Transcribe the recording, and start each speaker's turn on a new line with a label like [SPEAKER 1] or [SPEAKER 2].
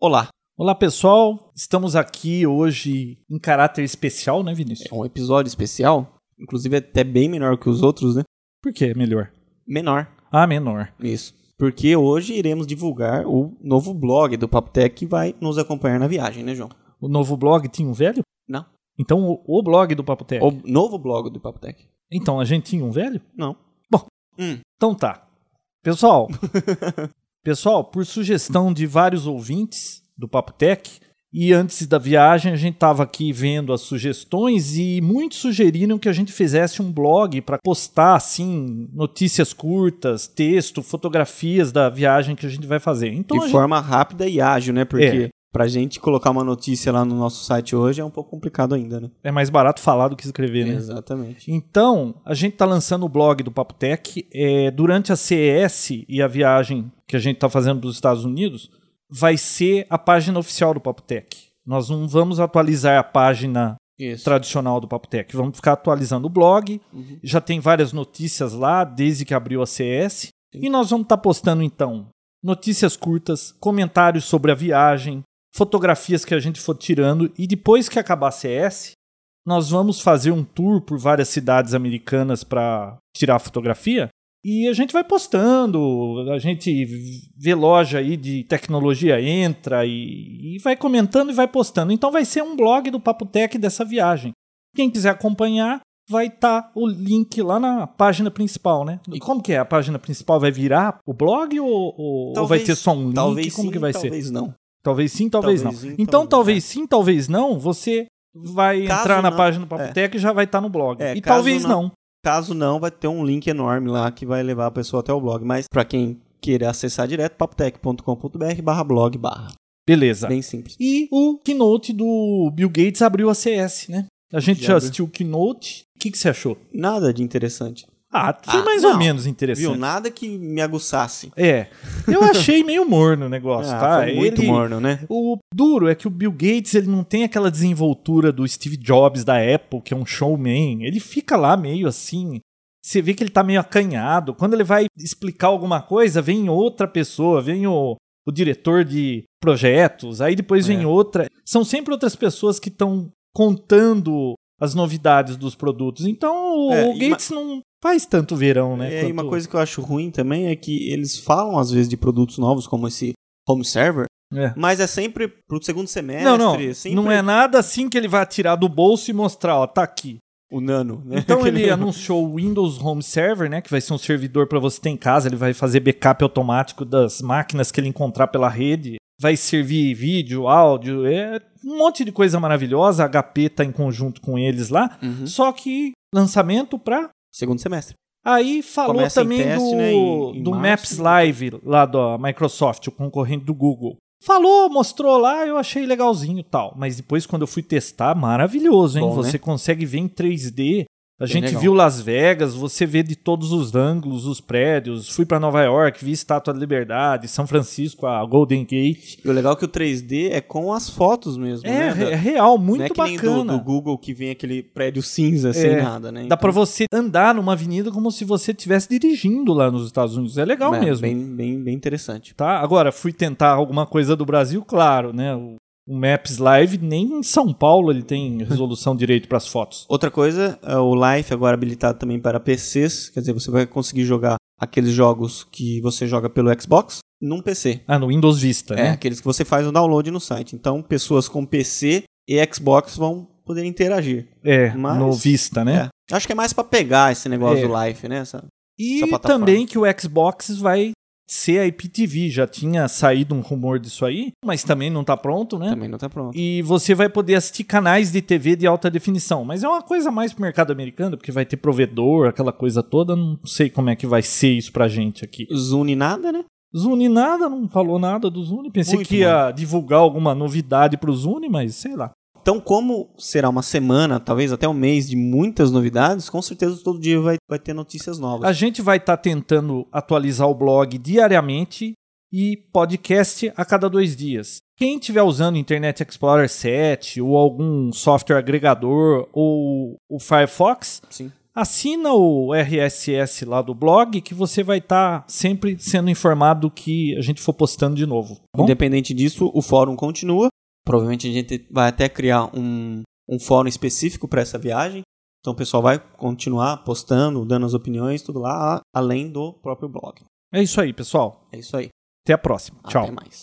[SPEAKER 1] Olá. Olá, pessoal. Estamos aqui hoje em caráter especial, né, Vinícius?
[SPEAKER 2] É um episódio especial, inclusive até bem menor que os outros, né?
[SPEAKER 1] Por que melhor?
[SPEAKER 2] Menor,
[SPEAKER 1] Ah, menor.
[SPEAKER 2] isso. Porque hoje iremos divulgar o novo blog do Papo Tech que vai nos acompanhar na viagem, né, João?
[SPEAKER 1] O novo blog tinha um velho?
[SPEAKER 2] Não.
[SPEAKER 1] Então, o, o blog do Papo Tech.
[SPEAKER 2] O novo blog do Papo Tech.
[SPEAKER 1] Então, a gente tinha um velho?
[SPEAKER 2] Não.
[SPEAKER 1] Bom.
[SPEAKER 2] Hum,
[SPEAKER 1] Então tá. Pessoal, pessoal, por sugestão de vários ouvintes do Papo Tech, e antes da viagem a gente estava aqui vendo as sugestões e muitos sugeriram que a gente fizesse um blog para postar assim notícias curtas, texto, fotografias da viagem que a gente vai fazer. Então a
[SPEAKER 2] de
[SPEAKER 1] gente-
[SPEAKER 2] forma rápida e ágil, né? Porque
[SPEAKER 1] É.
[SPEAKER 2] pra gente colocar uma notícia lá no nosso site hoje é um pouco complicado ainda, né?
[SPEAKER 1] é mais barato falar do que
[SPEAKER 2] É.
[SPEAKER 1] escrever, né?
[SPEAKER 2] Exatamente.
[SPEAKER 1] Então, a gente está lançando o blog do Papo Tech. É, durante a CES e a viagem que a gente está fazendo para os Estados Unidos, vai ser a página oficial do Papo Tech. Nós não vamos atualizar a página
[SPEAKER 2] Isso.
[SPEAKER 1] tradicional do Papo Tech. Vamos ficar atualizando o blog.
[SPEAKER 2] Uhum.
[SPEAKER 1] Já tem várias notícias lá desde que abriu a CS. E nós vamos estar postando então notícias curtas, comentários sobre a viagem, fotografias que a gente for tirando e depois que acabar a CS, nós vamos fazer um tour por várias cidades americanas para tirar fotografia. E a gente vai postando, a gente vê loja aí de tecnologia, entra e, e vai comentando e vai postando. Então vai ser um blog do Papo Tech dessa viagem. Quem quiser acompanhar, vai estar o link lá na página principal, né?
[SPEAKER 2] E-
[SPEAKER 1] Como que é? A página principal vai virar o blog ou, ou- ou vai ter só um link?
[SPEAKER 2] Talvez
[SPEAKER 1] Como
[SPEAKER 2] sim,
[SPEAKER 1] que vai ser?
[SPEAKER 2] talvez não.
[SPEAKER 1] Talvez sim, talvez,
[SPEAKER 2] Talvez
[SPEAKER 1] não.
[SPEAKER 2] sim,
[SPEAKER 1] então,
[SPEAKER 2] talvez
[SPEAKER 1] talvez sim, talvez não, você vai
[SPEAKER 2] Caso
[SPEAKER 1] entrar na
[SPEAKER 2] não-
[SPEAKER 1] página do
[SPEAKER 2] é.
[SPEAKER 1] Papoteca e já vai estar no blog.
[SPEAKER 2] É,
[SPEAKER 1] e
[SPEAKER 2] caso
[SPEAKER 1] talvez não.
[SPEAKER 2] Caso não, vai ter um link enorme lá que vai levar a pessoa até o blog. Mas pra quem queira acessar direto, papotec.com.br barra blog barra.
[SPEAKER 1] Beleza.
[SPEAKER 2] Bem simples.
[SPEAKER 1] E o keynote do Bill Gates abriu a CS, né? A gente
[SPEAKER 2] Já
[SPEAKER 1] já
[SPEAKER 2] abriu.
[SPEAKER 1] assistiu o keynote. O que, que você achou?
[SPEAKER 2] Nada de interessante.
[SPEAKER 1] Ah, foi
[SPEAKER 2] Ah,
[SPEAKER 1] mais ou
[SPEAKER 2] não.
[SPEAKER 1] menos
[SPEAKER 2] Viu?
[SPEAKER 1] interessante.
[SPEAKER 2] Nada que me aguçasse.
[SPEAKER 1] É. Eu achei meio morno o negócio,
[SPEAKER 2] Ah,
[SPEAKER 1] tá?
[SPEAKER 2] foi muito
[SPEAKER 1] Ele-
[SPEAKER 2] morno, né?
[SPEAKER 1] O duro é que o Bill Gates ele não tem aquela desenvoltura do Steve Jobs da Apple, que é um showman. Ele fica lá meio assim. Você vê que ele tá meio acanhado. Quando ele vai explicar alguma coisa, vem outra pessoa, vem o, o diretor de projetos, aí depois vem
[SPEAKER 2] É.
[SPEAKER 1] outra. São sempre outras pessoas que estão contando as novidades dos produtos. Então o
[SPEAKER 2] É, e
[SPEAKER 1] Gates não faz tanto verão, né?
[SPEAKER 2] É, e
[SPEAKER 1] quanto-
[SPEAKER 2] uma coisa que eu acho ruim também é que eles falam às vezes de produtos novos, como esse home server,
[SPEAKER 1] É.
[SPEAKER 2] mas é sempre pro segundo semestre.
[SPEAKER 1] Não, não.
[SPEAKER 2] sempre
[SPEAKER 1] Não é nada assim que ele vai tirar do bolso e mostrar, ó, tá aqui.
[SPEAKER 2] o nano, né?
[SPEAKER 1] Então ele
[SPEAKER 2] Aquele-
[SPEAKER 1] anunciou o Windows Home Server, né, que vai ser um servidor para você ter em casa, ele vai fazer backup automático das máquinas que ele encontrar pela rede, vai servir vídeo, áudio, é um monte de coisa maravilhosa, a HP tá em conjunto com eles lá,
[SPEAKER 2] Uhum.
[SPEAKER 1] só que lançamento para
[SPEAKER 2] Segundo semestre.
[SPEAKER 1] Aí falou
[SPEAKER 2] Começa em
[SPEAKER 1] também
[SPEAKER 2] teste,
[SPEAKER 1] do,
[SPEAKER 2] né, em- em
[SPEAKER 1] do
[SPEAKER 2] março.
[SPEAKER 1] Maps Live lá da Microsoft, o concorrente do Google. Falou, mostrou lá, eu achei legalzinho e tal. Mas depois, quando eu fui testar, maravilhoso, hein?
[SPEAKER 2] Bom, né?
[SPEAKER 1] você consegue ver em 3D. A
[SPEAKER 2] Bem
[SPEAKER 1] gente
[SPEAKER 2] legal.
[SPEAKER 1] viu Las Vegas, você vê de todos os ângulos, os prédios. Fui pra Nova York, vi Estátua da Liberdade, São Francisco, a Golden Gate.
[SPEAKER 2] E o legal é que o 3D é com as fotos mesmo, né?
[SPEAKER 1] É,
[SPEAKER 2] Da-
[SPEAKER 1] é real, muito
[SPEAKER 2] não é que nem do,
[SPEAKER 1] bacana.
[SPEAKER 2] do Google que vem aquele prédio cinza
[SPEAKER 1] É,
[SPEAKER 2] sem nada, né?
[SPEAKER 1] Dá pra você andar numa avenida como se você estivesse dirigindo lá nos Estados Unidos. É legal
[SPEAKER 2] É,
[SPEAKER 1] mesmo.
[SPEAKER 2] Bem, bem, bem interessante.
[SPEAKER 1] tá? Agora, fui tentar alguma coisa do Brasil, claro, né? O, o Maps Live nem em São Paulo ele tem resolução direito para as fotos.
[SPEAKER 2] Outra coisa, é o Life agora habilitado também para PCs, quer dizer, você vai conseguir jogar aqueles jogos que você joga pelo Xbox num PC.
[SPEAKER 1] Ah, no Windows Vista,
[SPEAKER 2] É,
[SPEAKER 1] né?
[SPEAKER 2] aqueles que você faz o download no site. Então, pessoas com PC e Xbox vão poder interagir.
[SPEAKER 1] É,
[SPEAKER 2] Mas-
[SPEAKER 1] no Vista, né?
[SPEAKER 2] É. Acho que é mais pra pegar esse negócio
[SPEAKER 1] É.
[SPEAKER 2] do Life, né? Essa-
[SPEAKER 1] E
[SPEAKER 2] Essa plataforma.
[SPEAKER 1] também que o Xbox vai ser a IPTV, já tinha saído um rumor disso aí, mas também não tá pronto, né?
[SPEAKER 2] Também não tá pronto.
[SPEAKER 1] E você vai poder assistir canais de TV de alta definição. Mas é uma coisa mais pro mercado americano, porque vai ter provedor, aquela coisa toda. Não sei como é que vai ser isso pra gente aqui.
[SPEAKER 2] Zune nada, né?
[SPEAKER 1] Zuni nada, não falou nada do Zuni. Pensei
[SPEAKER 2] Muito
[SPEAKER 1] que ia divulgar alguma novidade pro Zuni, mas sei lá.
[SPEAKER 2] Então, como será uma semana, talvez até um mês de muitas novidades, com certeza todo dia vai, vai ter notícias novas.
[SPEAKER 1] A gente vai estar tentando atualizar o blog diariamente e podcast a cada dois dias. Quem estiver usando Internet Explorer 7 ou algum software agregador ou o Firefox,
[SPEAKER 2] Sim.
[SPEAKER 1] Assina o RSS lá do blog que você vai estar sempre sendo informado que a gente for postando de novo. tá bom?
[SPEAKER 2] Independente disso, o fórum continua. Provavelmente a gente vai até criar um, um fórum específico para essa viagem. Então o pessoal vai continuar postando, dando as opiniões, tudo lá, além do próprio blog.
[SPEAKER 1] É isso aí, pessoal.
[SPEAKER 2] É isso aí.
[SPEAKER 1] Até a próxima. Tchau.
[SPEAKER 2] Até mais.